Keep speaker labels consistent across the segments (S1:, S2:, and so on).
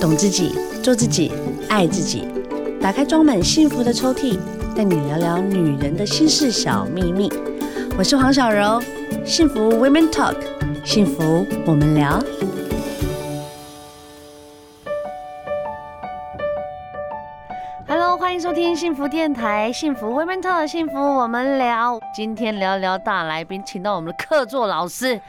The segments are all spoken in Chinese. S1: 懂自己，做自己，爱自己。打开装满幸福的抽屉，带你聊聊女人的心事小秘密。我是黄小柔，幸福 Women Talk，幸福我们聊。Hello，欢迎收听幸福电台，幸福 Women Talk，幸福我们聊。今天聊聊大来宾，请到我们的客座老师。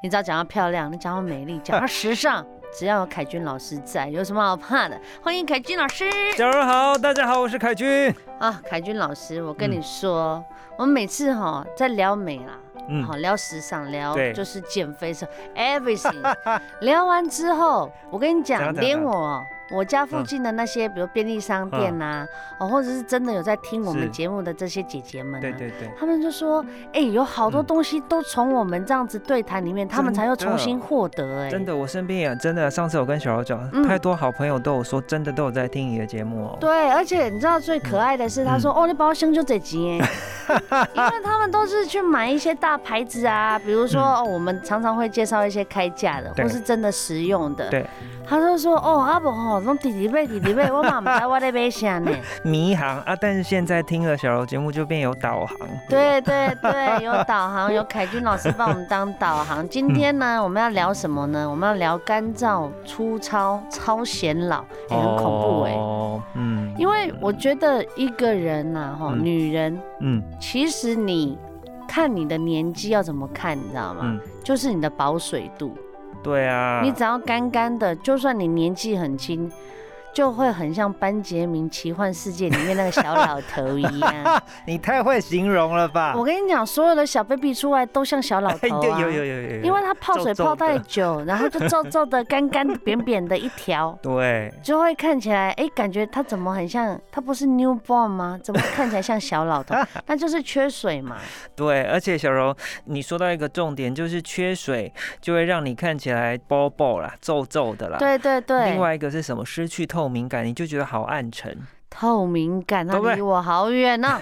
S1: 你只要讲她漂亮，你讲她美丽，讲她时尚，只要有凯君老师在，有什么好怕的？欢迎凯君老师。
S2: 小柔好，大家好，我是凯君。
S1: 啊，凯君老师，我跟你
S2: 嗯
S1: 说，我们每次哈在聊美啦，好、
S2: 嗯，
S1: 聊时尚，聊
S2: 对
S1: 就是减肥上 everything，聊 完之后，我跟你讲，
S2: 讲讲
S1: 连
S2: 讲
S1: 我我家附近的那些，比如便利商店呐、哦，或者是真的有在听我们
S2: 嗯是
S1: 节目的这些姐姐们、啊，
S2: 对对对，
S1: 他们就说，哎、有好多
S2: 嗯
S1: 东西都从我们这样子对谈里面，他们才
S2: 真
S1: 又
S2: 的嗯
S1: 重新获得、哎，
S2: 真。的，我身边也真的，上次我跟小柔讲，
S1: 嗯
S2: 太多好朋友都有说，真的都有在听你的节目哦。
S1: 对，而且你知道最可爱的是，
S2: 嗯
S1: 他说：“哦，你把我生就这 集耶。”因为他们都是去买一些大牌子啊，比如说、
S2: 嗯
S1: 哦，我们常常会介绍一些开价的，
S2: 对
S1: 或是真的实用的。
S2: 对，
S1: 他就说：“哦，阿伯吼，弄弟弟妹弟弟妹，我嘛不知道我在买啥 呢。
S2: 迷航啊，但是现在听了小柔节目就变有导航。”
S1: 对对对，有导 航，有凯君老师帮我们当导航。今天呢，我们要聊什么呢？我们要聊干燥、粗糙、超显老，哎、很恐怖哎、
S2: 哦，嗯，
S1: 因为我觉得一个人呐、啊，吼，
S2: 嗯
S1: 女人
S2: 嗯
S1: 其实你看你的年纪要怎么看，你知道吗？
S2: 嗯，
S1: 就是你的保水度，
S2: 对啊，
S1: 你只要干干的，就算你年纪很轻，就会很像班杰明《奇幻世界》里面那个小老头一 样。
S2: 你太会形容了吧？ 哎
S1: 我跟你讲，所有的小 baby 出来都像小老头啊。
S2: 有有有有有有，
S1: 因为他泡水
S2: 皱皱
S1: 泡
S2: 的
S1: 太久，然后就皱皱的、干干扁扁的一条，
S2: 对，
S1: 就会看起来，哎、感觉他怎么很像？他不是 newborn 吗？怎么看起来像小老头？ 那就是缺水嘛。
S2: 对，而且小柔，你说到一个重点，就是缺水就会让你看起来包包啦、皱皱的啦。。
S1: 对对对。
S2: 另外一个是什么？失去透明感，你就觉得好暗沉。
S1: 透明感，它
S2: 对不对
S1: 离我好远 呢、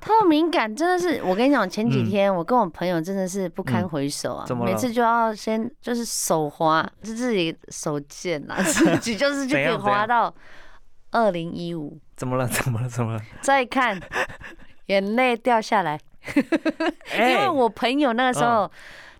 S1: 透明感真的是，我跟你讲，前几天我跟我朋友真的是不堪回首啊，
S2: 嗯怎么了
S1: 每次就要先就是手滑，就自己手贱 啊，自己就是就可以
S2: 怎样怎样
S1: 滑到二零一五，
S2: 怎么了？ 怎么了？怎么了？
S1: 再看眼泪掉下 来，因为我朋友那个时候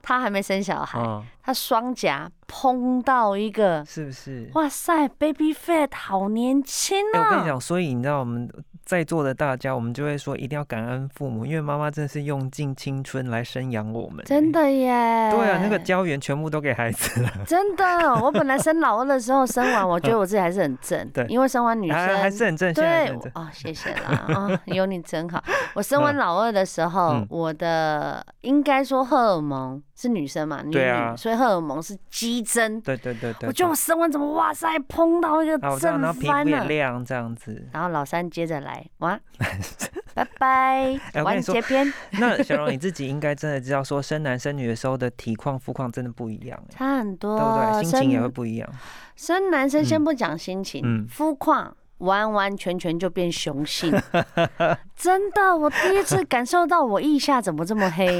S1: 他还没生小
S2: 哎，
S1: 孩，
S2: 嗯，
S1: 他双颊嘭到一个，
S2: 是不是？
S1: 哇塞，baby fat 好年轻
S2: 哎、我跟你
S1: 啊！
S2: 讲，所以你知道我们在座的大家，我们就会说一定要感恩父母，因为妈妈真的是用尽青春来生养我们。
S1: 真。的欸耶！
S2: 哎对啊，那个胶原全部都给孩子了，
S1: 真的，我本来生老二的时候，生完我觉得我自己还是很正，
S2: 对
S1: 因为生完女生
S2: 还还是很正，现在还
S1: 对
S2: 是很正，
S1: 哦，谢谢啦，啊，有你真好。我生完老二的时候，
S2: 嗯
S1: 我的应该说荷尔蒙是女生嘛，女
S2: 对
S1: 女，
S2: 啊
S1: 所以荷尔蒙是激增。
S2: 对对对对。
S1: 我觉得
S2: 对
S1: 我生完怎么哇塞，碰到一个
S2: 啊，我知道，
S1: 正
S2: 然后皮肤
S1: 翻
S2: 也
S1: 了。
S2: 亮这样子。
S1: 然后老三接着来， 哇，拜拜，
S2: 哎我跟你
S1: 完
S2: 说
S1: 结篇，
S2: 那小荣你自己应该真的知道，说生男生女的时候的体况、肤况真的不一样、哎
S1: 差很 多，
S2: 对不对？心情也会
S1: 哦生
S2: 不一样。
S1: 生男生先不讲心情，
S2: 嗯
S1: 肤况完完全全就变雄 性，真的，我第一次感受到我腋下怎么这么 黑，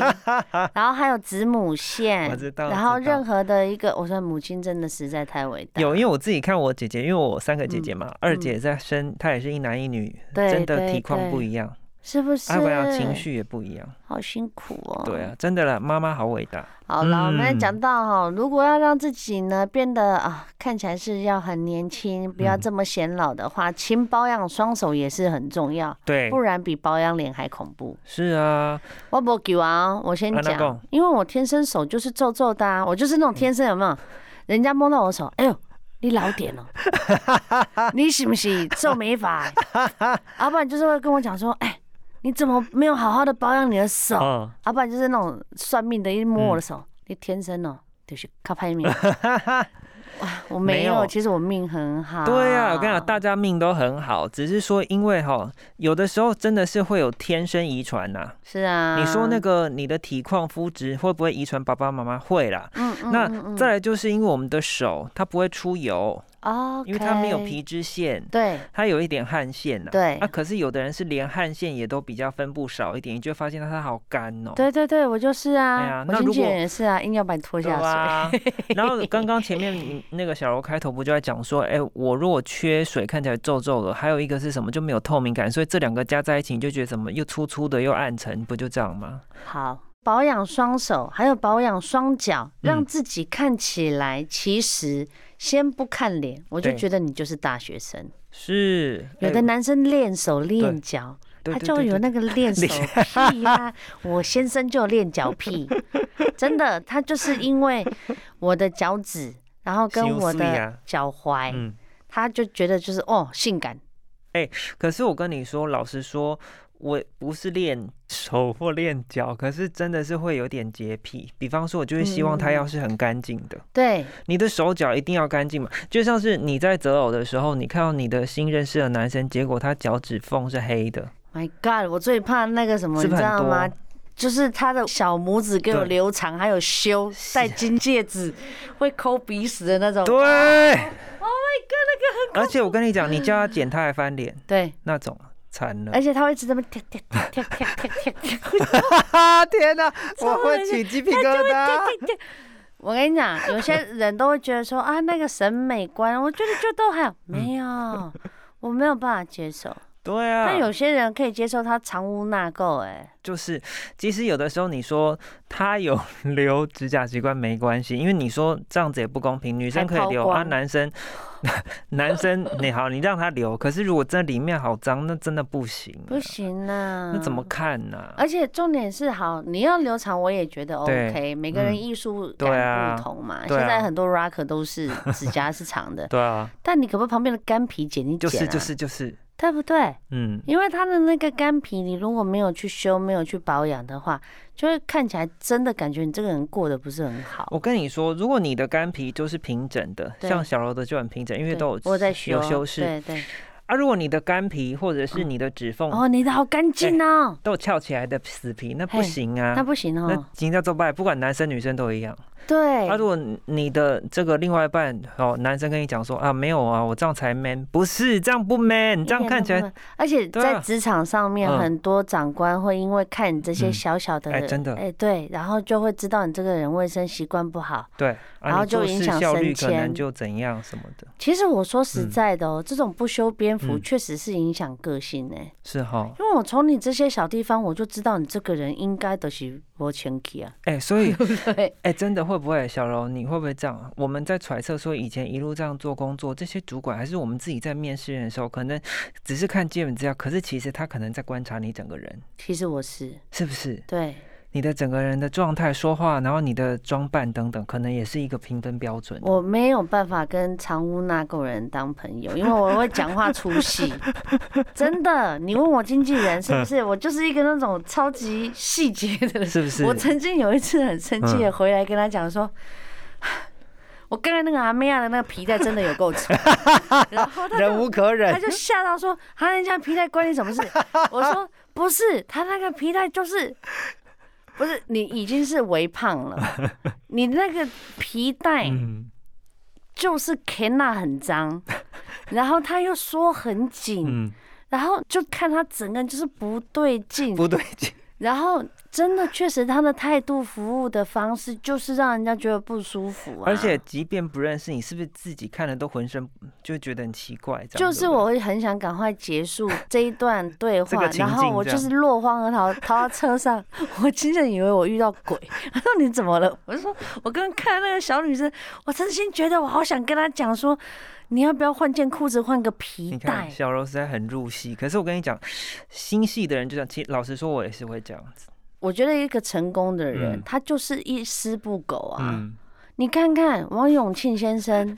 S1: 然后还有子母
S2: 我
S1: 线，
S2: 知
S1: 嗯
S2: 道。
S1: 然后
S2: 知道
S1: 任何的一个，我说母亲真的实在太伟大，
S2: 有，因为我自己看我姐姐，因为我三个姐姐嘛，二
S1: 嗯
S2: 姐在生，她也是一男一女，
S1: 对
S2: 真的
S1: 对
S2: 体况不
S1: 对
S2: 一样，
S1: 是不是
S2: 还？有情绪也不一样。
S1: 好辛苦哦。
S2: 对啊，真的啦，妈妈好伟大。
S1: 好了，我们
S2: 嗯
S1: 讲到哈，如果要让自己呢变得啊看起来是要很年轻，不要
S2: 嗯
S1: 这么显老的话，勤保养双手也是很重要，
S2: 对
S1: 不，然比保养脸还恐怖。
S2: 是啊，
S1: 我不给啊，我先
S2: 啊那
S1: 讲
S2: 讲，
S1: 因为我天生手就是皱皱的啊，我就是那种天生有没
S2: 嗯
S1: 有？人家摸到我手，哎呦，你老点了、 你是不是皱眉发？要不然就是会跟我讲说，哎，你怎么没有好好的保养你的手？
S2: 嗯，
S1: 要不然就是那种算命的，一摸我的手，你天生哦、就是靠拍 命。哇，我没
S2: 没
S1: 有，
S2: 有
S1: 其实我命很好。
S2: 对啊，我跟你讲，大家命都很好，只是说因为哈，有的时候真的是会有天生遗传呐。
S1: 是啊，
S2: 你说那，个你的体况、肤质会不会遗传爸爸妈妈？会啦。
S1: 嗯嗯
S2: 那
S1: 嗯嗯
S2: 再来就是因为我们的手它不会出油，
S1: 啊，
S2: 因为它没有，皮脂腺，
S1: 对
S2: 它有一点汗腺呐、啊。
S1: 对
S2: 啊，可是有的人是连汗腺也都比较分布少一点，你就会发现它它好干哦。
S1: 对对对，我就是
S2: 哎
S1: 啊
S2: 呀，
S1: 我
S2: 那
S1: 经
S2: 如
S1: 纪
S2: 果
S1: 人也是啊，硬要把你拖
S2: 对
S1: 下 水，
S2: 啊， 然后刚刚前面你那个小柔开头不就在讲说，哎、我如果缺水看起来皱皱的，还有一个是什么就没有透明感，所以这两个加在一起你就觉得怎么又粗粗的又暗沉，不就这样吗？
S1: 好。保养双手，还有保养双脚，让
S2: 嗯
S1: 自己看起来，其实先不看脸，我就
S2: 对
S1: 觉得你就是大学生。
S2: 是，
S1: 有
S2: 哎
S1: 的男生练手练脚，
S2: 对
S1: 他
S2: 对
S1: 就
S2: 对
S1: 有
S2: 对
S1: 那个练手癖啦、我先生就有练脚癖，真的，他就是因为我的脚趾，然后跟
S2: 羞
S1: 我
S2: 涩
S1: 的
S2: 呀
S1: 脚踝，
S2: 嗯。
S1: 他就觉得就是哦性感。
S2: 可是我跟你说，老实说，我不是练 手或练脚，可是真的是会有点洁癖。比方说，我就会希望它要是很干净的，
S1: 对，
S2: 你的手脚一定要干净嘛。就像是你在择偶的时候，你看到你的新认识的男生，结果他脚趾缝是黑的，
S1: My God，我最怕那个什么，
S2: 是
S1: 你
S2: 不
S1: 知
S2: 是很
S1: 道吗
S2: 多？？
S1: 就是他的小拇指给我
S2: 对啊
S1: 留长，还有修戴金戒指，会抠鼻屎的那种。
S2: 对
S1: Oh my god，那个
S2: 而
S1: 很恐
S2: 且我跟你讲，你叫他剪，他还翻脸，
S1: 对，
S2: 那种惨了
S1: 而。且他会一直在那边跳跳跳跳跳跳跳。
S2: 天哪、
S1: 我会起
S2: 鸡皮
S1: 就会对对对。我跟你讲，有些人都会觉得说啊，那个审美观，我觉得就都还好没有，我没有办法接受。
S2: 对啊，
S1: 但有些人可以接受他藏污纳垢，哎，
S2: 就是，其实有的时候你说他有 留指甲习惯没关系，因为你说这样子也不公平，女生可
S1: 还
S2: 以
S1: 抛
S2: 留啊，
S1: 光
S2: 男生 男生你好，你让他留，可是如果这里面好脏，那真的不行、啊，
S1: 不，行呐、
S2: 那怎么？看呢、
S1: 而且重点是好，你要留长我也觉得
S2: 啊对
S1: OK，每个人艺术
S2: 对
S1: 感
S2: 啊
S1: 不同嘛。
S2: 对
S1: 现
S2: 啊
S1: 在很多 rock 都是指甲是长 的，
S2: 对啊，
S1: 但你可不可以旁边的干皮剪一剪、啊？
S2: 就是就是就是，
S1: 对不对？
S2: 嗯，
S1: 因为它的那个干皮，你如果没有去修、没有去保养的话，就会看起来真的感觉你这个人过得不是很好。
S2: 我跟你说，如果你的干皮就是平整的，
S1: 对
S2: 像小柔的就很平整，因为
S1: 对
S2: 都有
S1: 我有在修，
S2: 有修饰
S1: 对对。
S2: 啊。如果你的干皮或者是你的指缝
S1: 哦，你的好干净哦，
S2: 都有翘起来的死皮，那不
S1: 嘿
S2: 行啊
S1: 那。不行
S2: 那
S1: 哦。
S2: 行叫做拜，不管男生女生都一样。
S1: 对
S2: 啊，，如果你的这个另外一半哦，男生跟你讲说啊，没有啊，我这样才 man，不是这样不 man，
S1: 一
S2: 这样
S1: 点
S2: 看
S1: 都
S2: 起
S1: 不
S2: 来
S1: 会，而且
S2: 对
S1: 在
S2: 啊
S1: 职场上面，
S2: 嗯
S1: 很多长官会因为看你这些
S2: 嗯
S1: 小小的，
S2: 哎真的
S1: 哎，对，然后就会知道你这个人卫生习惯不好。
S2: 对，
S1: 然
S2: 啊，
S1: 后
S2: 你做
S1: 就影
S2: 事
S1: 响
S2: 效率
S1: 升
S2: 可能
S1: 迁
S2: 就怎样什么的，
S1: 其实我说实
S2: 嗯
S1: 在的哦，这种不修边幅
S2: 嗯
S1: 确实是影响个性哎。
S2: 是哈，
S1: 因为我从你这些小地方，我就知道你这个人应该都是无清气啊，
S2: 哎，所以
S1: 对，
S2: 哎，真的会不会小柔，你会不会这样？我们在揣测说，以前一路这样做工作，这些主管还是我们自己在面试人的时候，可能只是看基本资料，可是其实他可能在观察你整个人，
S1: 其实我是
S2: 是不是？
S1: 对，
S2: 你的整个人的状态、说话，然后你的装扮等等，可能也是一个评分标准。
S1: 我没有办法跟藏污纳垢人当朋友，因为我会讲话出戏，真的。你问我经纪人是不是？我就是一个那种超级细节的人。
S2: 是不是？嗯
S1: 我曾经有一次很生气的回来跟他讲说。 我刚才那个阿妹亚啊的那个皮带真的有够 粗，然后他就
S2: 忍无可忍
S1: 他，就吓到说：“他人家皮带关你什么事？” 我说：“不是，他那个皮带就是，不是你已经是微胖 了，你那个皮带
S2: 嗯，
S1: 就是 k e n a 很 脏，然后他又缩很紧，
S2: 嗯，
S1: 然后就看他整个人就是嗯不对劲，
S2: 不对劲，
S1: 然后真的确实他的态度、服务的方式就是让人家觉得不舒服、啊，
S2: 而且即便不认识你，是不是自己看了都浑身就觉得很奇怪？这样
S1: 就是，我会很想赶快结束这一段对
S2: 这
S1: 话
S2: 个，情
S1: 然后
S2: 境
S1: 我
S2: 这
S1: 就
S2: 样
S1: 是落荒而逃，逃到车上。我真的以为我遇到鬼， 他说你怎么了？我就说我刚看那个小女生，我真心觉得我好想跟她讲说，你要不要换件裤子，换个
S2: 对
S1: 皮
S2: 不对你看
S1: 带？
S2: 小柔实在很入戏，可是我跟你讲，心细的人就这样。其实老实说，我也是会这样子。
S1: 我觉得一个成功的人，
S2: 嗯
S1: 他就是一丝不苟啊。，你看看王永庆先 生，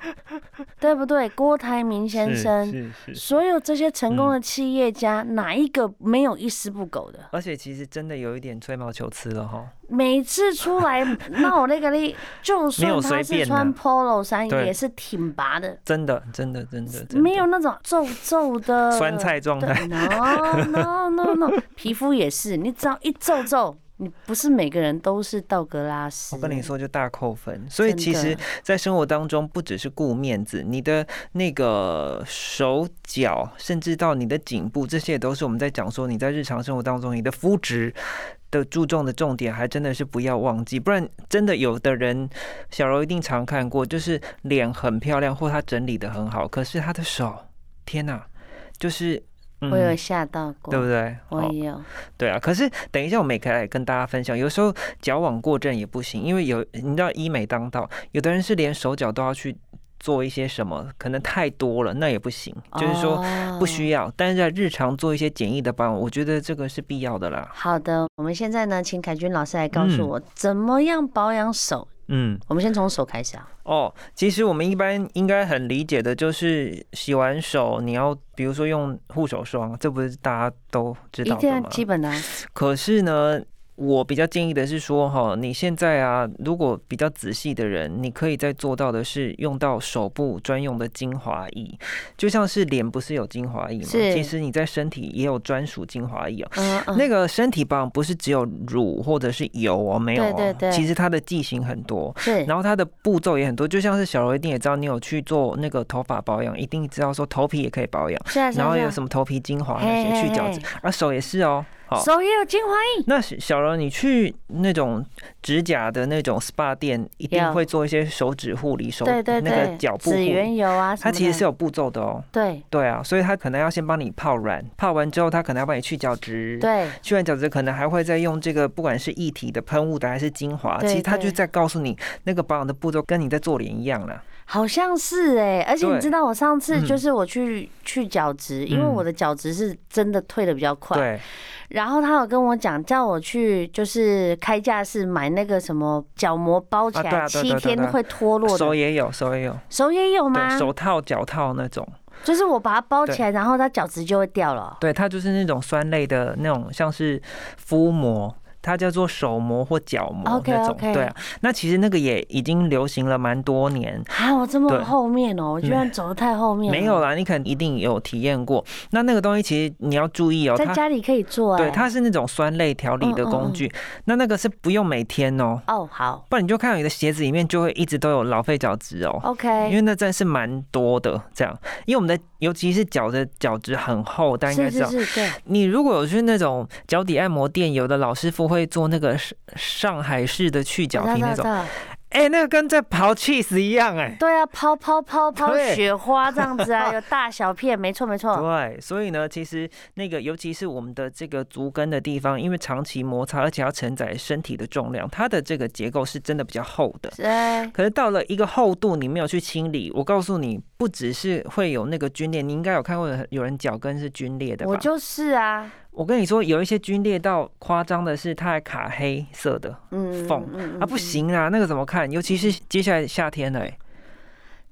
S1: 对不对？郭台铭先生。
S2: 是嗯是。
S1: 所有这些成功的企业家，哪一个没有一丝不苟的？
S2: 而且其实真的有一点吹毛求疵了哈。
S1: 每次出来闹那个 力，就
S2: 没
S1: 算
S2: 有
S1: 他
S2: 随
S1: 是
S2: 便的
S1: 穿 polo 衫，
S2: 对
S1: 也是挺拔的，
S2: 真的，真的，真的，真的
S1: 没有那种皱皱的
S2: 酸。菜状态，
S1: 对 ，no no no no，皮肤也是，你只要一皱皱，你不是每个人都是道格拉斯。
S2: 我跟你，说，就大扣分。所以
S1: 真
S2: 其
S1: 的
S2: 实，在生活当中，不只是顾面子，你的那个手脚，甚至到你的颈部，这些也都是我们在讲说你在日常生活当中你的肤质。的注重的重点还真的是不要忘记，不然真的有的人，小柔一定常看过，就是脸很漂亮或她整理的很好，可是她的手，天哪、就是，嗯
S1: 我有吓到过，
S2: 对不对？
S1: 我
S2: 哦
S1: 也有，
S2: 对啊，可是等一下我们也可以来跟大家分享，有时候矫枉过正也不行，因为有你知道医美当道，有的人是连手脚都要去做一些什么，可能太多了，那也不行，
S1: 哦
S2: 就是说
S1: 说
S2: 不需要，但是在日常做一些简易的保养，我觉得这个是必要的啦。
S1: 好的，我们现在呢，请凯君老师来告诉我怎么样保养手。
S2: 嗯，
S1: 我们先从手开始啊。
S2: 哦，其实我们一般应该很理解的就是洗完手你要比如说用护手霜，这不是大家都知
S1: 一
S2: 道的
S1: 定
S2: 吗？
S1: 基本的、啊，
S2: 可是呢，我比较建议的是说，哈，你现在啊，如果比较仔细的人，你可以再做到的是用到手部专用的精华液，就像是脸不是有精华液吗？
S1: 是
S2: 其实你在身体也有专属精华液哦。
S1: 嗯嗯，
S2: 那个身体保养不是只有乳或者是油哦，没有、哦，
S1: 对对对
S2: 其实它的剂型很多。
S1: 是
S2: 然后它的步骤也很多，就像是小柔一定也知道，你有去做那个头发保养，一定知道说头皮也可以保养，
S1: 是啊，是啊
S2: 然后
S1: 是啊
S2: 有什么头皮精华那些去角质，
S1: 嘿嘿
S2: 啊手也是哦，好
S1: 嘿，手也有精华液，
S2: 那小小柔，你去那种指甲的那种 SPA 店，一定
S1: 有
S2: 会做一些手指护理、手
S1: 对对
S2: 那个
S1: 对，
S2: 脚部护
S1: 指
S2: 理，
S1: 缘油啊什么的，
S2: 它其实是有步骤的哦。
S1: 对
S2: 对啊，所以它可能要先帮你泡软，泡完之后，它可能要帮你去角质。
S1: 对
S2: 去完角质，可能还会再用这个，不管是液体的、喷雾的还是精华，
S1: 对
S2: 其实它
S1: 对
S2: 就在告诉你那个保养的步骤，跟你在做脸一样啦。
S1: 好像是哎、而且你
S2: 对
S1: 知道，我上次
S2: 嗯
S1: 就是我去、去角质，因为
S2: 嗯
S1: 我的角质是真的退的比较快。。
S2: 对，
S1: 然后他有跟我讲，叫我去就是开架式买那个什么角膜包起
S2: 啊对
S1: 来，
S2: 啊对
S1: 七
S2: 啊对啊对啊
S1: 天会脱落
S2: 手
S1: 的。
S2: 也有，手也有，
S1: 手也有吗
S2: 对？手套、脚套那种。
S1: 就是我把它包起来，然后它角质就会掉了。
S2: 对，它就是那种酸类的那种，像是敷膜，它叫做手膜或脚膜
S1: OK，
S2: 那种。
S1: OK
S2: 对啊，那其实那个也已经流行了蛮多年。
S1: 啊，我这么
S2: 对嗯
S1: 后面哦，我居然走的太后面了。
S2: 没有啦，你可能一定有体验过。那那个东西其实你要注意哦，
S1: 在
S2: 它
S1: 家里可以做哎。
S2: 对它是那种酸类调理的
S1: 嗯嗯
S2: 工
S1: 嗯
S2: 具，那那个是不用每天哦，
S1: 哦，好
S2: 不然你就看到你的鞋子里面就会一直都有老废角质哦。因
S1: ，OK，
S2: 为那真的是蛮多的，这样，因为我们的尤其是脚的角质很厚，大家应该
S1: 是
S2: 知道
S1: 是，是，对，
S2: 你如果有去那种脚底按摩店，有的老师傅会做那个上上海式的去角
S1: 我知
S2: 皮
S1: 道
S2: 哦那
S1: 知
S2: 种，
S1: 道
S2: 哎、那个跟在刨 cheese 一样、哎。
S1: 对啊，抛抛抛抛
S2: 对
S1: 雪花这样子 啊，有大小片，没错没错，
S2: 对，所以呢，其实那个尤其是我们的这个足跟的地方，因为长期摩擦，而且要承载身体的重量，它的这个结构是真的比较厚的。
S1: 对，
S2: 可是到了一个厚度，你没有去清理，我告诉你，不只是会有那个皲裂，你应该有看过有有人脚跟是皲裂的吧？
S1: 我就是啊，
S2: 我跟你说，有一些皲裂到夸张的是，它还卡黑色的。
S1: 嗯，
S2: 缝
S1: 嗯
S2: 啊，不，行啊，那个怎么看？尤其是接下来夏天了、欸，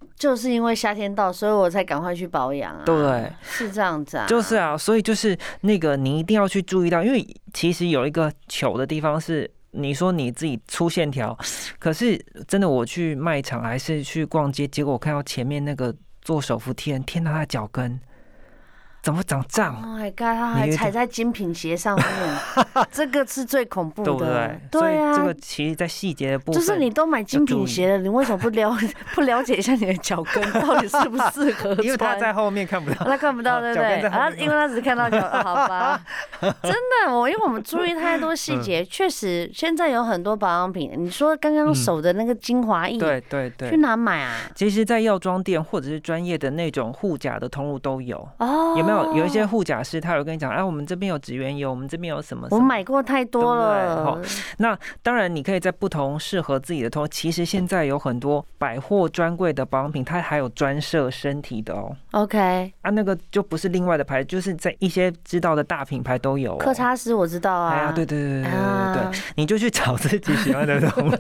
S1: 嗯就是因为夏天到，所以我才赶快去保养啊，
S2: 对不对？
S1: 是这样子啊，
S2: 就是啊，所以就是那个你一定要去注意到，因为其实有一个糗的地方是。你说你自己粗线 条，可是真的，我去卖场还是去逛街，结果我看到前面那个做手扶梯的人，天哪，他的脚跟怎么长这样？
S1: Oh my god！他还
S2: 你有
S1: 踩在精品鞋上 面，这个是最恐怖
S2: 对不
S1: 的
S2: 对。？所以这个
S1: 哦啊，
S2: 其实，在细节的部分，呃
S1: 就是你都买精品鞋了，你为什么不了不了解一下你的脚跟 到底适不适合穿？
S2: 因为他在后面看不到，
S1: 他看不到，
S2: 啊
S1: 对不
S2: 脚
S1: 对
S2: 跟？在后
S1: 啊，
S2: 面
S1: 因为他只看到脚，啊好吧？真的，我因为我们注意太多
S2: 嗯
S1: 细节，确实现在有很多保养品。你说刚刚
S2: 嗯
S1: 手的那个精华液，
S2: 对对对
S1: 去。哪买啊？
S2: 其实，在药妆店或者是专业的那种护甲的通路都有。
S1: 哦，
S2: 有没有有一些护甲师，他有跟你讲，哎、我们这边有指缘油，我们这边有什么什
S1: 我
S2: 么？
S1: 买过太多了
S2: 对，当然，你可以在不同适合自己的通路。其实现在有很多百货专柜的保养品，它还有专设身体的哦。
S1: OK，
S2: 啊，那个就不是另外的牌，就是在一些知道的大品牌都有、哦。
S1: 克差斯我知道啊。
S2: 哎呀，对对对对对对对
S1: 啊，
S2: 你就去找自己喜欢的东西。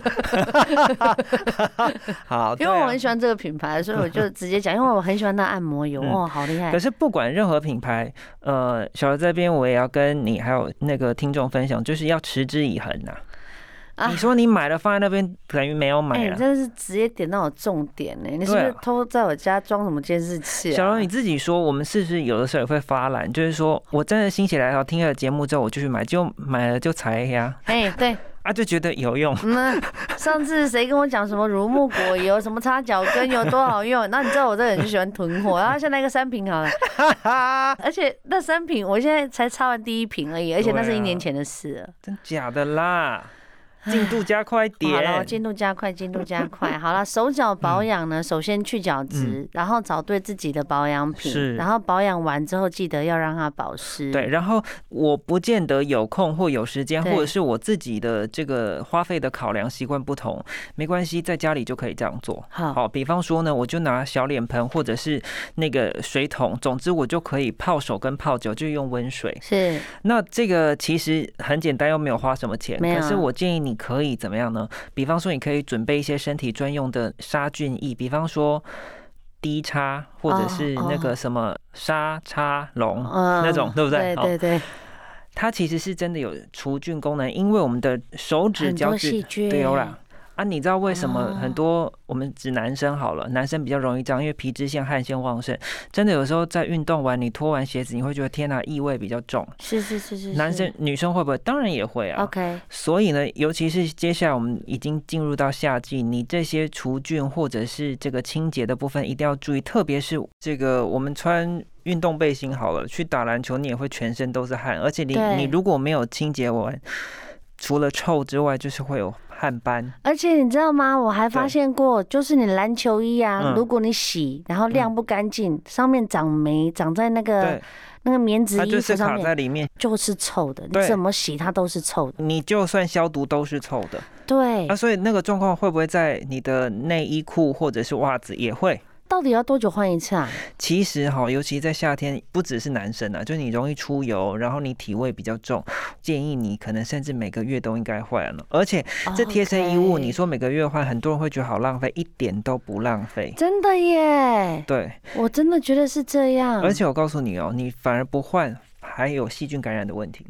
S2: 好，
S1: 因为我
S2: 喜
S1: 很喜欢这个品牌，所以我就直接讲，因为我很喜欢那按摩油，
S2: 嗯
S1: 哦，好厉害
S2: 可！是不管任何品牌，呃，小刘这边我也要跟你还有那个听众分享，就是要持之以恒呐、
S1: 啊
S2: 你说你买了放在那边，等于没有
S1: 哎、
S2: 买
S1: 你
S2: 啊。
S1: 真的是直接点到我重点呢、你是不
S2: 对
S1: 是
S2: 啊
S1: 偷在我家装什么监视器、啊？
S2: 小柔你自己说，我们是不是有的时候也会发懒？就是说我真的心血来潮听了节目之后，我就去买，结果买了就踩呀，
S1: 哎、对，
S2: 啊就觉得有用。
S1: 嗯，上次谁跟我讲什么乳木果油、什么擦脚跟油多好用？那你知道我这个人就喜欢囤货，然后现在一个三瓶好 了，而且那三瓶我现在才擦完第一瓶而已，而且那是
S2: 啊
S1: 一年前的事了。
S2: 真假的啦，进度加
S1: 好
S2: 快
S1: 了，
S2: 点。嗯
S1: 进度加快，进度加快。好了，手脚保养呢，首先去角质，然后找对自己的保养品，
S2: 是
S1: 然后保养完之后记得要让它保湿。
S2: 对，，然后我不见得有空或有时间，
S1: 对
S2: 或者是我自己的这个花费的考量习惯不同，没关系，在家里就可以这样做。
S1: 好，
S2: 好，比方说呢，我就拿小脸盆或者是那个水桶，总之我就可以泡手跟泡脚，就用温水。
S1: 是
S2: 那这个其实很简单，又没有花什么钱。
S1: 没有啊
S2: 可是我建议你可以怎么样呢？比方说，你可以准备一些身体专用的杀菌液，比方说低叉或者是
S1: 哦
S2: 那
S1: 哦
S2: 个什么沙叉龙。
S1: 嗯
S2: 那种对哦不对
S1: 对对对，
S2: 它其实是真的有除菌功能，因为我们的手指
S1: 很
S2: 胶
S1: 多
S2: 质
S1: 细菌。
S2: 对有啦。啊，你知道为什么
S1: 哦
S2: 很多我们指男生好了，男生比较容易这样，因为皮脂腺、汗腺旺盛。真的有时候在运动完，你脱完鞋子，你会觉得天哪、异味比较重。
S1: 是是是是，
S2: 男
S1: 是哦
S2: 生、女生会不会？当然也会啊。
S1: OK，
S2: 所以呢，尤其是接下来我们已经进入到夏季，你这些除菌或者是这个清洁的部分一定要注意，特别是这个我们穿运动背心好了，去打篮球你也会全身都是汗，而且你
S1: 对
S2: 你如果没有清洁完，除了臭之外，就是会有汗斑。
S1: 而且你知道吗？我还发
S2: 对
S1: 现过，就是你篮球衣啊，
S2: 嗯
S1: 如果你洗，然后晾不干净，上面长霉，长在那个
S2: 对，
S1: 那个棉质
S2: 它
S1: 衣
S2: 就
S1: 服
S2: 是
S1: 上
S2: 卡
S1: 面，
S2: 在里面，
S1: 就是臭的。你
S2: 对
S1: 怎么洗它都是臭的。
S2: 你就算消毒都是臭的。
S1: 对
S2: 啊，，所以那个状况会不会在你的内衣裤或者是袜子也会？
S1: 到底要多久换一次啊？
S2: 其实哈，尤其在夏天，不只是男生啊，就是你容易出油，然后你体味比较重，建议你可能甚至每个月都应该换了。而且这贴身衣物，
S1: OK
S2: 你说每个月换，很多人会觉得好浪费，一点都不浪费。
S1: 真的耶，
S2: 对，
S1: 我真的觉得是这样。
S2: 而且我告诉你哦，你反而不换，还有细菌感染的问题。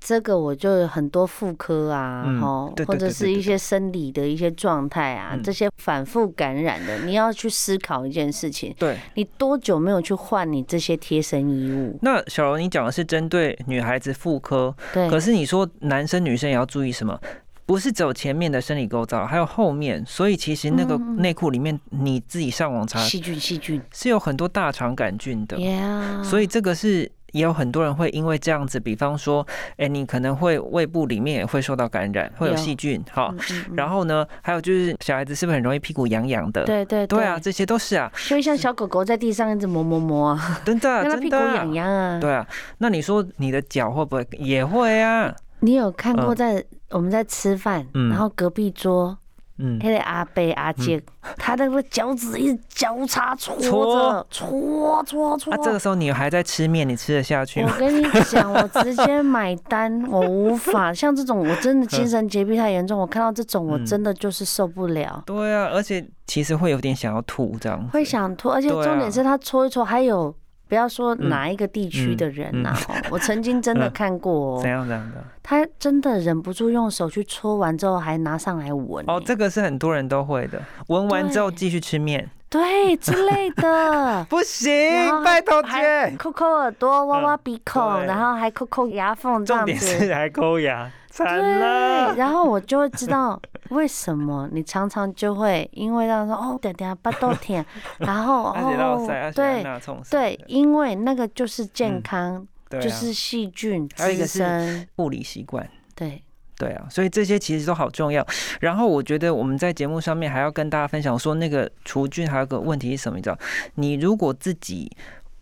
S1: 这个我就有很多妇科啊，
S2: 嗯
S1: 吼
S2: 对对
S1: 或
S2: 对
S1: 者
S2: 对
S1: 是
S2: 对
S1: 一
S2: 对
S1: 些生理的一些状态啊，
S2: 嗯
S1: 这些反复感染的，你要去思考一件事情：
S2: 对，
S1: 你多久没有去换你这些贴身衣物？
S2: 那小柔，你讲的是针对女孩子妇科，
S1: 对，
S2: 可是你说男生女生也要注意什么？不是只有前面的生理构造，还有后面，所以其实那个
S1: 嗯嗯嗯
S2: 内裤里面，你自己上网查
S1: 细菌细菌
S2: 是有很多大肠杆菌的，
S1: ，yeah，
S2: 所以这个是也有很多人会因为这样子，比方说，哎、你可能会胃部里面也会受到感染，会有
S1: 有
S2: 细菌，好
S1: 嗯，嗯嗯
S2: 然后呢，还有就是小孩子是不是很容易屁股痒痒的？
S1: 对对
S2: 对啊，，这些都是啊，
S1: 就会像小狗狗在地上一直磨磨磨啊，
S2: 真的啊
S1: 让它
S2: 真
S1: 屁股
S2: 的
S1: 痒
S2: 啊，
S1: 痒啊。
S2: 对啊。那你说你的脚会不会也会啊？
S1: 你有看过
S2: 嗯
S1: 在我们在吃饭，
S2: 嗯
S1: 然后隔壁桌
S2: 嗯，
S1: 那个阿伯阿姐，他那个脚趾一直交叉搓着，搓搓搓
S2: 啊，。这个时候你还在吃面，你吃得下去吗？
S1: 我跟你讲，我直接买单，我无法像这种，我真的精神洁癖太严重，我看到这种我
S2: 嗯
S1: 真的就是受不了，
S2: 对啊，而且其实会有点想要吐这样子。
S1: 会想吐，而且
S2: 对啊
S1: 重点是他搓一搓，还有不要说
S2: 啊
S1: 哪一个地区的人呐、哦我曾经真的
S2: 嗯
S1: 看 过、
S2: 怎
S1: 哦，
S2: 样怎样的？
S1: 他真的忍不住用手去搓完之后还拿上来闻、欸
S2: 哦，这个是很多人都会的。闻完之后
S1: 对
S2: 继续吃面，
S1: 对之类 的。
S2: 不行
S1: 然后，
S2: 拜托
S1: 还
S2: 姐。嗯
S1: 抠抠耳朵，挖挖鼻孔，
S2: 对
S1: 然后还抠抠牙缝这
S2: 重
S1: 样
S2: 点
S1: 子。
S2: 是还抠牙，惨
S1: 对，
S2: 了。
S1: 然后我就会知道为什么你常常就会因为 让说哦，等等巴豆甜，然后
S2: 而且到塞，
S1: 哦
S2: 而，且
S1: 对
S2: 那冲死
S1: 对，因为那个就是健
S2: 嗯
S1: 康，
S2: 对啊，
S1: 就是细菌
S2: 还有一
S1: 滋
S2: 个是
S1: 生，
S2: 护理习惯。
S1: 对，
S2: 对啊，所以这些其实都好重要。然后我觉得我们在节目上面还要跟大家分享说，那个除菌还有个问题是什么？你知道，你如果自己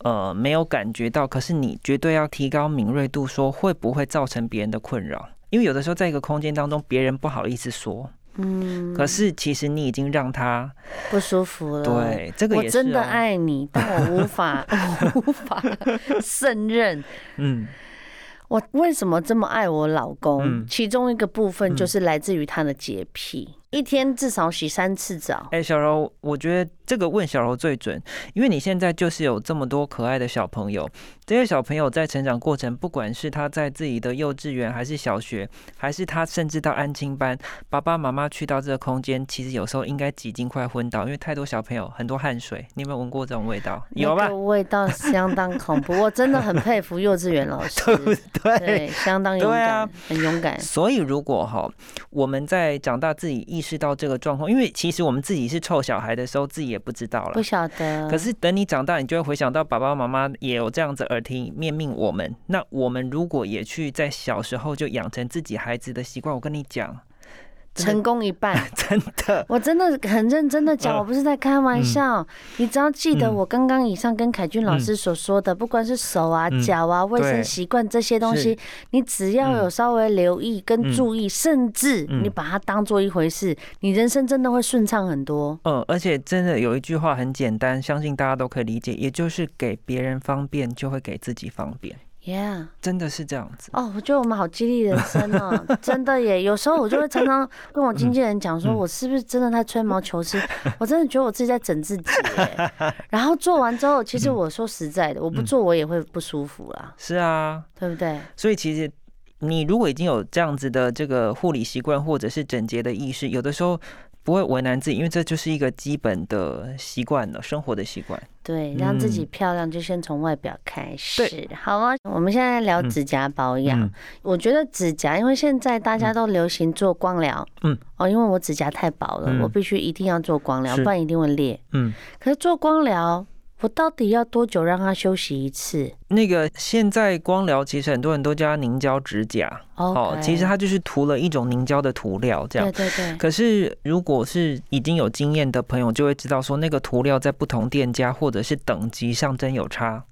S2: 呃没有感觉到，可是你绝对要提高敏锐度，说会不会造成别人的困扰？因为有的时候在一个空间当中，别人不好意思说，
S1: 嗯，
S2: 可是其实你已经让他
S1: 不舒服了。。
S2: 对这个
S1: 我
S2: 也是、啊哦
S1: 真的，爱你，但我无 法，我无法胜任。
S2: 嗯，
S1: 我为什么这么爱我老公？
S2: 嗯
S1: 其中一个部分
S2: 嗯
S1: 就是来自于他的洁癖。一天至少洗三次澡。
S2: 哎、小柔，我觉得这个问小柔最准，因为你现在就是有这么多可爱的小朋友，这些小朋友在成长过程，不管是他在自己的幼稚园，还是小学，还是他甚至到安亲班，爸爸妈妈去到这个空间，其实有时候应该挤进快昏倒，因为太多小朋友，很多汗水，你有没有闻过这种味道？有吧
S1: 那个？味道相当恐怖，我真的很佩服幼稚 园老师，
S2: 对不对？
S1: 嗯对，相当勇
S2: 对
S1: 敢，
S2: 啊
S1: 很勇敢。
S2: 所以，如果哈，我们在长大自己意识到这个状况，因为其实我们自己是臭小孩的时候，自己也不知道了
S1: 不。晓得，
S2: 可是等你长大，你就会回想到爸爸妈妈也有这样子耳提面命我们。那我们如果也去在小时候就养成自己孩子的习惯，我跟你讲，
S1: 成功一 半。
S2: 真的，
S1: 我真的很认真的讲，
S2: 嗯
S1: 我不是在开玩笑。你只要记得
S2: 嗯
S1: 我刚刚以上跟凯俊老师所说的，不管是手啊
S2: 嗯、
S1: 脚啊、卫生
S2: 对
S1: 习惯这些东西
S2: 是，
S1: 你只要有稍微留意跟
S2: 嗯
S1: 注意，甚至
S2: 嗯
S1: 你把它当做一回事，你人生真的会顺畅很多。
S2: 嗯，而且真的有一句话很简单，相信大家都可以理解，也就是给别人方便，就会给自己方便，
S1: Yeah，
S2: 真的是这样子。
S1: 哦，我觉得我们好激励人生哦，真的耶。有时候我就会常常跟我经纪人讲说，
S2: 嗯
S1: 我是不是真的在吹毛求疵？我真的觉得我自己在整自己耶。然后做完之后，其实我说实在的，我不
S2: 嗯
S1: 做我也会不舒服啦。
S2: 是啊，
S1: 对不对？
S2: 所以其实你如果已经有这样子的这个护理习惯或者是整洁的意识，有的时候不会为难自己，因为这就是一个基本的习惯了，生活的习惯。
S1: 对，让自己
S2: 嗯
S1: 漂亮就先从外表开始。好啊，我们现在聊指甲保养。
S2: 嗯
S1: 我觉得指甲，因为现在大家都流行做光疗。
S2: 嗯。
S1: 哦，因为我指甲太薄了，
S2: 嗯
S1: 我必须一定要做光疗，
S2: 是
S1: 不然一定会裂。
S2: 嗯，
S1: 可是做光疗，我到底要多久让它休息一次？
S2: 那个现在光疗其实很多人都叫它凝胶指甲，
S1: 哦，
S2: 其实它就是涂了一种凝胶的涂料这样
S1: 对。对对，
S2: 可是，如果是已经有经验的朋友，就会知道说那个涂料在不同店家或者是等级上真有差。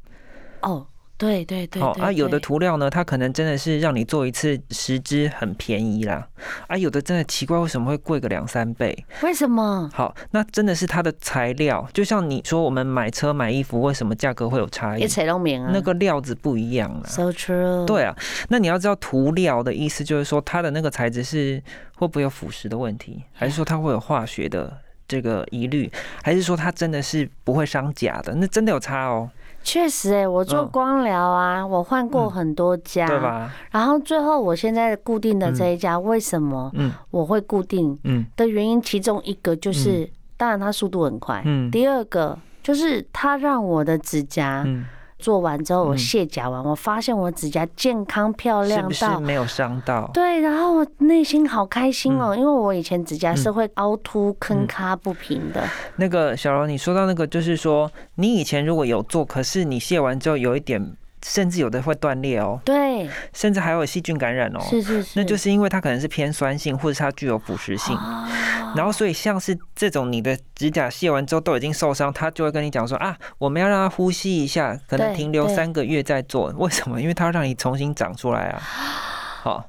S1: 哦，对对对
S2: 好、
S1: 对
S2: 啊，有的
S1: 对
S2: 涂料呢，它可能真的是让你做一次十支很便宜啦，啊，有的真的奇怪，为什么会贵个两三倍？
S1: 为什么？
S2: 好，那真的是它的材料，就像你说我们买车买衣服，为什么价格会有差异
S1: 一？切都明啊。
S2: 哎那个料子不一样啦。
S1: so true。
S2: 对啊，那你要知道涂料的意思就是说，它的那个材质是会不会有腐蚀的问题，还是说它会有化学的这个疑虑，还是说它真的是不会伤甲的？那真的有差哦，
S1: 确实哎、我做
S2: 嗯
S1: 光疗啊，我换过
S2: 嗯
S1: 很多家，
S2: 对吧？
S1: 然后最后我现在固定的这一家，为什么
S2: 嗯
S1: 我会固定
S2: 嗯
S1: 的原因，其中一个就是，当然它速度很快，
S2: 嗯
S1: 第二个就是它让我的指甲
S2: 嗯，
S1: 做完之后，我
S2: 嗯
S1: 卸甲完，我发现我指甲健康漂
S2: 是
S1: 亮
S2: 不是
S1: 到。
S2: 没有伤到？
S1: 对，然后我内心好开心哦，因为我以前指甲是会凹凸、坑
S2: 嗯
S1: 咔不平的。
S2: 那个小柔，你说到那个，就是说你以前如果有做，可是你卸完之后有一点，甚至有的会断裂哦，
S1: 对，
S2: 甚至还有细菌感染哦。
S1: 是是是，
S2: 那就是因为它可能是偏酸性，或者是它具有腐蚀性，
S1: 啊
S2: 然后所以像是这种你的指甲卸完之后都已经受伤，他就会跟你讲说啊，我们要让它呼吸一下，可能
S1: 对
S2: 停留
S1: 对
S2: 三个月再做。为什么？因为它要让你重新长出来啊。好，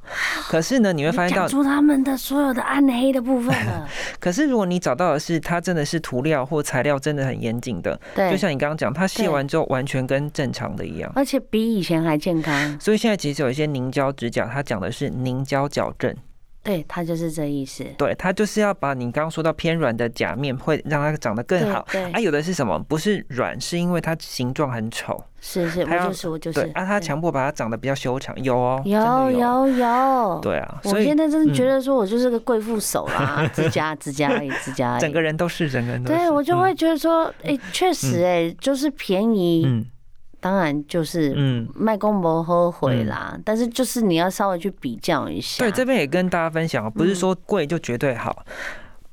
S2: 可是呢，你会
S1: 你
S2: 发现到
S1: 讲出他们的所有的暗黑的部分 了。
S2: 可是如果你找到的是它真的是涂料或材料真的很严谨的，
S1: 对，
S2: 就像你刚刚讲，它卸
S1: 对
S2: 完之后完全跟正常的一样。
S1: 而且比以前还健康。
S2: 所以现在其实有一些凝胶指甲，它讲的是凝胶矫正，
S1: 对，它就是这意思。
S2: 对，它就是要把你刚刚说到偏软的甲面，会让它长得更好。
S1: 对，
S2: 啊，
S1: 对
S2: 有的是什么？不是软，是因为它形状很丑，
S1: 是是，我
S2: 还要
S1: 就是我就是。
S2: 对啊，它
S1: 对
S2: 强迫把它长得比较修长，有哦，真
S1: 有
S2: 的有，
S1: 有有。
S2: 对啊，
S1: 我
S2: 所以
S1: 现在真的
S2: 嗯
S1: 觉得说，我就是个贵妇手啦，指甲指甲而已，指甲而已
S2: 整个人都是，整个人都是，
S1: 对我就
S2: 嗯
S1: 会觉得说，哎，确实哎，就是便宜，
S2: 嗯
S1: 当然就是
S2: 嗯。
S1: 卖公不后悔啦，但是就是你要稍微去比较一下。
S2: 对，这边也跟大家分享，哦不是
S1: 嗯
S2: 说贵就绝对好。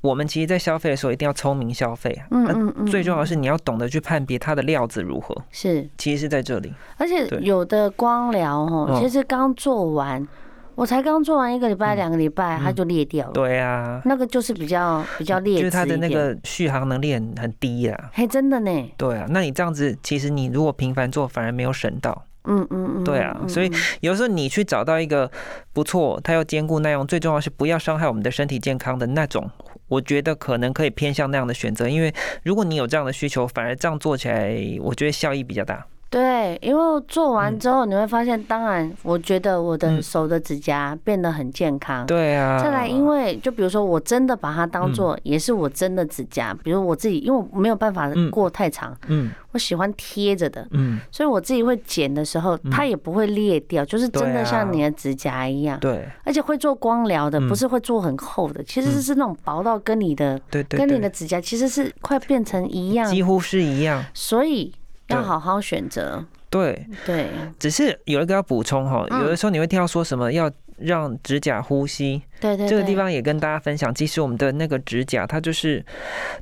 S2: 我们其实，在消费的时候一定要聪明消费。
S1: 嗯
S2: 那
S1: 嗯嗯，
S2: 呃最重
S1: 嗯
S2: 要的是你要懂得去判别它的料子如何，
S1: 是，
S2: 其实是在这里。
S1: 而且
S2: 对
S1: 有的光疗哦，
S2: 嗯
S1: 其实刚做完，我才刚做完一个礼拜、
S2: 嗯
S1: 两个礼拜，它
S2: 嗯
S1: 就裂掉了。
S2: 对啊，
S1: 那个就是比较比较
S2: 就
S1: 嗯劣
S2: 是
S1: 质
S2: 它的
S1: 一
S2: 那
S1: 点。
S2: 个续航能力很很低啦。
S1: 嘿，真的呢，
S2: 对啊，那你这样子，其实你如果频繁做，反而没有省到。
S1: 嗯嗯嗯，
S2: 对啊
S1: 嗯
S2: 所以
S1: 嗯
S2: 有时候你去找到一个不错，它又兼顾耐用，最重要是不要伤害我们的身体健康的那种。我觉得可能可以偏向那样的选择，因为如果你有这样的需求，反而这样做起来，我觉得效益比较大。
S1: 对，因为做完
S2: 嗯
S1: 之后你会发现，当然，我觉得我的
S2: 嗯
S1: 手的指甲变得很健康。
S2: 对啊，
S1: 再来，因为就比如说，我真的把它当
S2: 嗯
S1: 做也是我真的指甲，比如我自己，因为我没有办法
S2: 嗯
S1: 过太长，
S2: 嗯
S1: 我喜欢贴着的，
S2: 嗯，
S1: 所以我自己会剪的时候，
S2: 嗯
S1: 它也不会裂掉，就是真
S2: 对
S1: 的
S2: 啊
S1: 像你的指甲一样。
S2: 对
S1: 而且会做光疗的，
S2: 嗯
S1: 不是会做很厚的，其实
S2: 嗯
S1: 是那种薄到跟你的
S2: 对对，
S1: 跟你
S2: 对
S1: 的指甲其实是快变成一样，
S2: 几乎是一样。
S1: 所以要
S2: 对
S1: 好好选择。
S2: 对，
S1: 对，
S2: 只是有一个要补充哈，
S1: 嗯
S2: 有的时候你会听到说什么要让指甲呼吸，
S1: 对对，
S2: 这个
S1: 对
S2: 地方也跟大家分享，其实我们的那个指甲它就是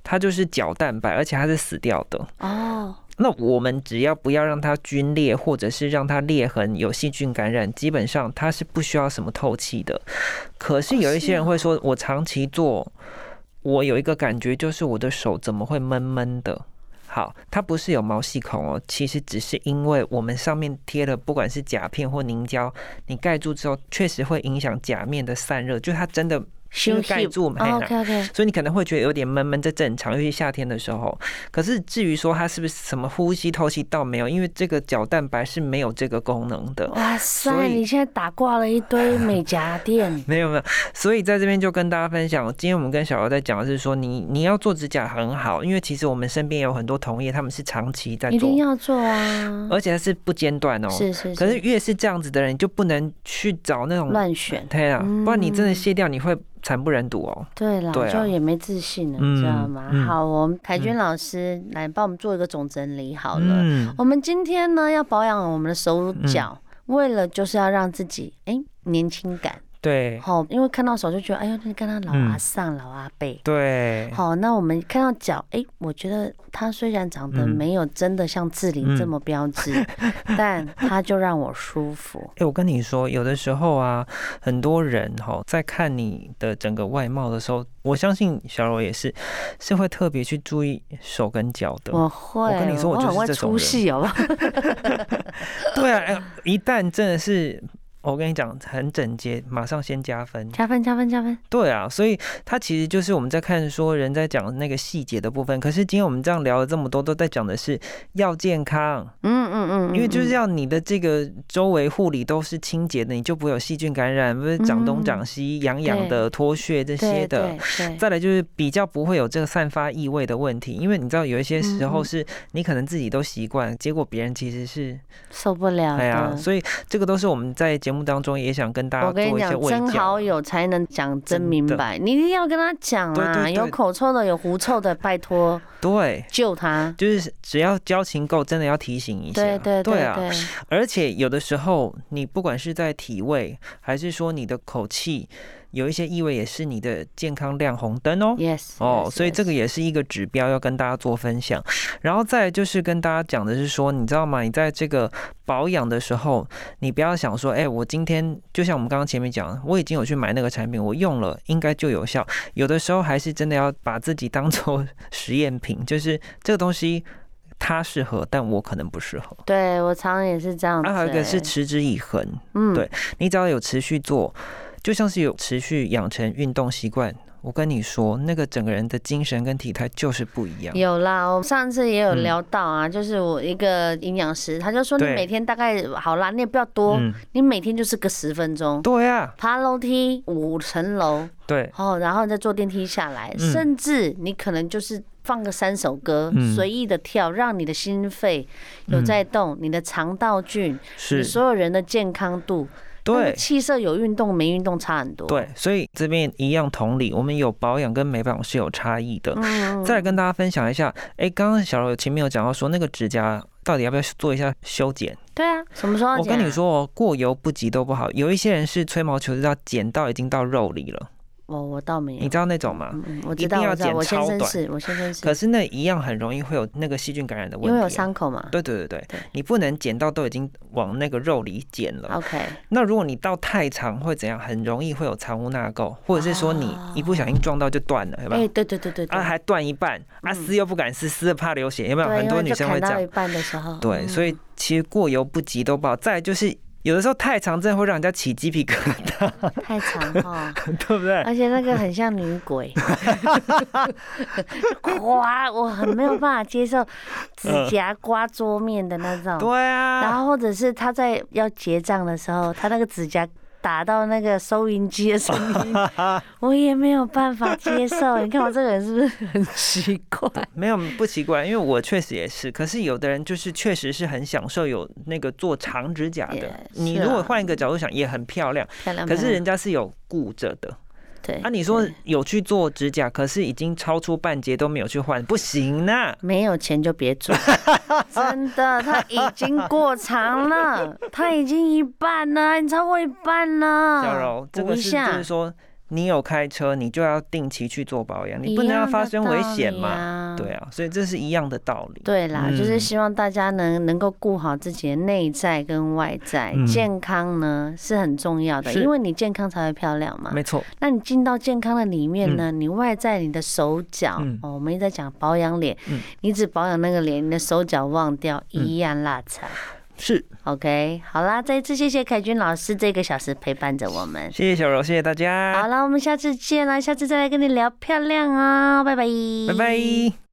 S2: 它就是角蛋白，而且它是死掉的。
S1: 哦，
S2: 那我们只要不要让它皲裂，或者是让它裂痕有细菌感染，基本上它是不需要什么透气的。可是有一些人会说，我长期做，我有一个感觉就是我的手怎么会闷闷的？好，它不是有毛细孔哦，其实只是因为我们上面贴了不管是甲片或凝胶，你盖住之后，确实会影响甲面的散热，就它真的
S1: 休
S2: 盖
S1: 息。
S2: 住嘛，嘿啦
S1: OK OK，
S2: 所以你可能会觉得有点闷闷，这正常，尤其夏天的时候。可是至于说它是不是什么呼吸透气，倒没有，因为这个角蛋白是没有这个功能的。
S1: 哇
S2: 所
S1: 塞，
S2: 以，
S1: 你现在打挂了一堆美甲店
S2: 没有没有，所以在这边就跟大家分享，今天我们跟小姚在讲的是说你，你要做指甲很好，因为其实我们身边有很多同业，他们是长期在
S1: 一定
S2: 做，
S1: 要做啊。
S2: 而且它是不间断哦。
S1: 是是
S2: 可是
S1: 是，
S2: 越是这样子的人，你就不能去找那种
S1: 乱选。
S2: 对啊，不然你真的
S1: 嗯
S2: 卸掉，你会惨不忍睹哦。
S1: 对啦，
S2: 对啊
S1: 就也没自信了，
S2: 嗯
S1: 知道吗？
S2: 嗯
S1: 好，我们凯君老师来帮我们做一个总整理好了。
S2: 嗯，
S1: 我们今天呢要保养我们的手脚，为了就是要让自己哎、年轻感，
S2: 对嗯
S1: 好、因为看到手就觉得哎呦，你看他老阿上、老阿伯。
S2: 对，
S1: 好，那我们看到脚，哎、我觉得他虽然长得
S2: 嗯
S1: 没有真的像志玲这么标 致，但他就让我舒服。
S2: 哎、我跟你说，有的时候啊，很多人哈、在看你的整个外貌的时候，我相信小柔也是，是会特别去注意手跟脚的。
S1: 我会，
S2: 我跟你说我
S1: 我
S2: 就是
S1: 很会
S2: 这种
S1: 出
S2: 人
S1: 戏，好不好？
S2: 对啊，哎一旦真的是。我跟你讲，很整洁，马上先加分。
S1: 加分，加分，加分。
S2: 对啊，所以它其实就是我们在看说人在讲那个细节的部分。可是今天我们这样聊了这么多，都在讲的是要健康，
S1: 嗯嗯嗯，嗯
S2: 因为就是
S1: 嗯
S2: 要你的这个周围护理都是清洁的，你就不会有细菌感染，不是长东长西、痒痒的、脱屑这
S1: 对
S2: 些的
S1: 嗯对。对，
S2: 再来就是比较不会有这个散发异味的问题，因为你知道有一些时
S1: 嗯
S2: 候
S1: 嗯
S2: 是你可能自己都习惯，结果别人其实是
S1: 受不了
S2: 哎呀，
S1: 的。
S2: 所以这个都是我们在节目当中也想跟大家
S1: 嗯我
S2: 做
S1: 跟你
S2: 一些
S1: 讲，
S2: 慰
S1: 真好
S2: 教。
S1: 友才能讲真
S2: 真的
S1: 明白，你一定要跟他讲
S2: 对
S1: 啊！
S2: 对对
S1: 有口臭的，有狐臭的，拜托
S2: 对，
S1: 救 他！
S2: 就是只要交情够，真的要提醒一下。
S1: 对对对
S2: 啊，而且有的时候，你不管是在体味，还是说你的口气，有一些异味，也是你的健康亮红灯哦。
S1: y e s
S2: 哦，所以这
S1: 个
S2: 个也是一个指标，要跟大家做分享。然后再来就是跟大家讲的是说，你知道吗？你在这个保养的时候，你不要想说，哎、我今天就像我们刚刚前面讲，我已经有去买那个产品，我用了应该就有效。有的时候还是真的要把自己当做实验品，就是这个东西它适合，但我可能不适合。
S1: 对我常常也是这样子、
S2: 啊，还有一个是
S1: 欸
S2: 持之以恒，
S1: 嗯
S2: 对你只要有持续做，就像是有持续养成运动习惯。我跟你说，那个整个人的精神跟体态就是不一样。
S1: 有啦，我上次也有
S2: 啊嗯
S1: 聊到啊，就是我一个营养师，他就说你
S2: 对
S1: 每天大概好啦，你也不要多，
S2: 嗯，
S1: 你每天就是个十分钟，
S2: 对啊，
S1: 爬楼梯五层楼，
S2: 对，
S1: 哦，然后再坐电梯下来，
S2: 嗯
S1: 甚至你可能就是放个三首歌，
S2: 嗯
S1: 随意的跳，让你的心肺有在动，你的肠道菌，你
S2: 是，
S1: 所有人的健康度，那个
S2: 对。
S1: 气色有运动没运动差很多，，嗯
S2: 对，所以这边一样同理，我们有保养跟没保养是有差异的。
S1: 嗯，
S2: 再来跟大家分享一下，哎，刚刚小柔前面有讲到说，那个指甲到底要不要做一下修剪？
S1: 对啊，什么时候要
S2: 我
S1: 剪啊？
S2: 跟你说哦，过犹不及都不好。有一些人是吹毛求疵到剪到已经到肉里了，
S1: 我，我倒没有
S2: 你，知道那种吗？
S1: 嗯嗯，我知
S2: 一定
S1: 道，
S2: 要
S1: 我知道，
S2: 剪
S1: 我先
S2: 超
S1: 生
S2: 短
S1: 是，我先生是
S2: 可，是那一样很容易会有那个细菌感染的问题、啊
S1: 因为有。伤口嘛
S2: 对对对对
S1: 对，
S2: 你不能剪到都已经往那个肉里剪了。
S1: ，OK，
S2: 那如果你到太长会怎样？很容易会有藏污纳垢，或者是说你一不小心撞到就断了，对吧
S1: 啊哎，？对对对对对
S2: 啊，，还断一半，啊
S1: 嗯
S2: 撕又不敢撕，撕了怕流血，有没有？
S1: 对，
S2: 很
S1: 因
S2: 多
S1: 为
S2: 女
S1: 就
S2: 生会
S1: 砍
S2: 这
S1: 到一
S2: 样。
S1: 半的时候，嗯
S2: 对，所以其实过犹不及都不好。再来就是有的时候太长真的会让人家起鸡皮疙瘩，
S1: 太长哈，
S2: 对不 对？
S1: 而且那个很像女 鬼，刮我很没有办法接受指甲刮桌面的那种，
S2: 对
S1: 然
S2: 啊，
S1: 后或者是他在要结账的时候，他那个指甲打到那个收银机的声 音，我也没有办法接受。你看我这个人是不是很奇怪？
S2: 没有不奇怪，因为我确实也是。可是有的人就是确实是很享受有那个做长指甲
S1: 也
S2: 的，
S1: 是
S2: 你如果
S1: 啊
S2: 换一个角度想，也很漂亮。
S1: 漂亮，
S2: 可
S1: 漂
S2: 是
S1: 亮
S2: 人家是有顾着的。
S1: 对
S2: 啊，你说
S1: 对
S2: 有去做指甲，可是已经超出半截都没有去换，不行呐、
S1: 没有钱就别 做，真的，他已经过长 了，他已经一半了，你超过一半了。
S2: 小柔，这
S1: 补
S2: 个
S1: 一
S2: 是就是
S1: 嗯下，
S2: 说，你有开车，你就要定期去做保养，你不
S1: 一样
S2: 能让
S1: 的
S2: 发生危
S1: 道
S2: 险
S1: 理
S2: 嘛。
S1: 啊
S2: 对啊，所以这是一样的道理。
S1: 对啦，就是
S2: 嗯
S1: 希望大家能能够顾好自己的内在跟外在，
S2: 嗯
S1: 健康呢是很重要的，
S2: 是
S1: 因为你健康才会漂亮嘛。
S2: 没错，
S1: 那你进到健康的里面呢，你外在你的手脚、
S2: 嗯
S1: 哦，我们一直在讲保养脸，
S2: 嗯
S1: 你只保养那个脸，你的手脚忘掉
S2: 嗯
S1: 一样落差。
S2: 是，
S1: OK，好啦，再一次谢谢凯君老师这个小时陪伴着我们。
S2: 谢谢小柔，谢谢大家，
S1: 好了，我们下次见啦，下次再来跟你聊漂亮哦，拜拜，
S2: 拜拜。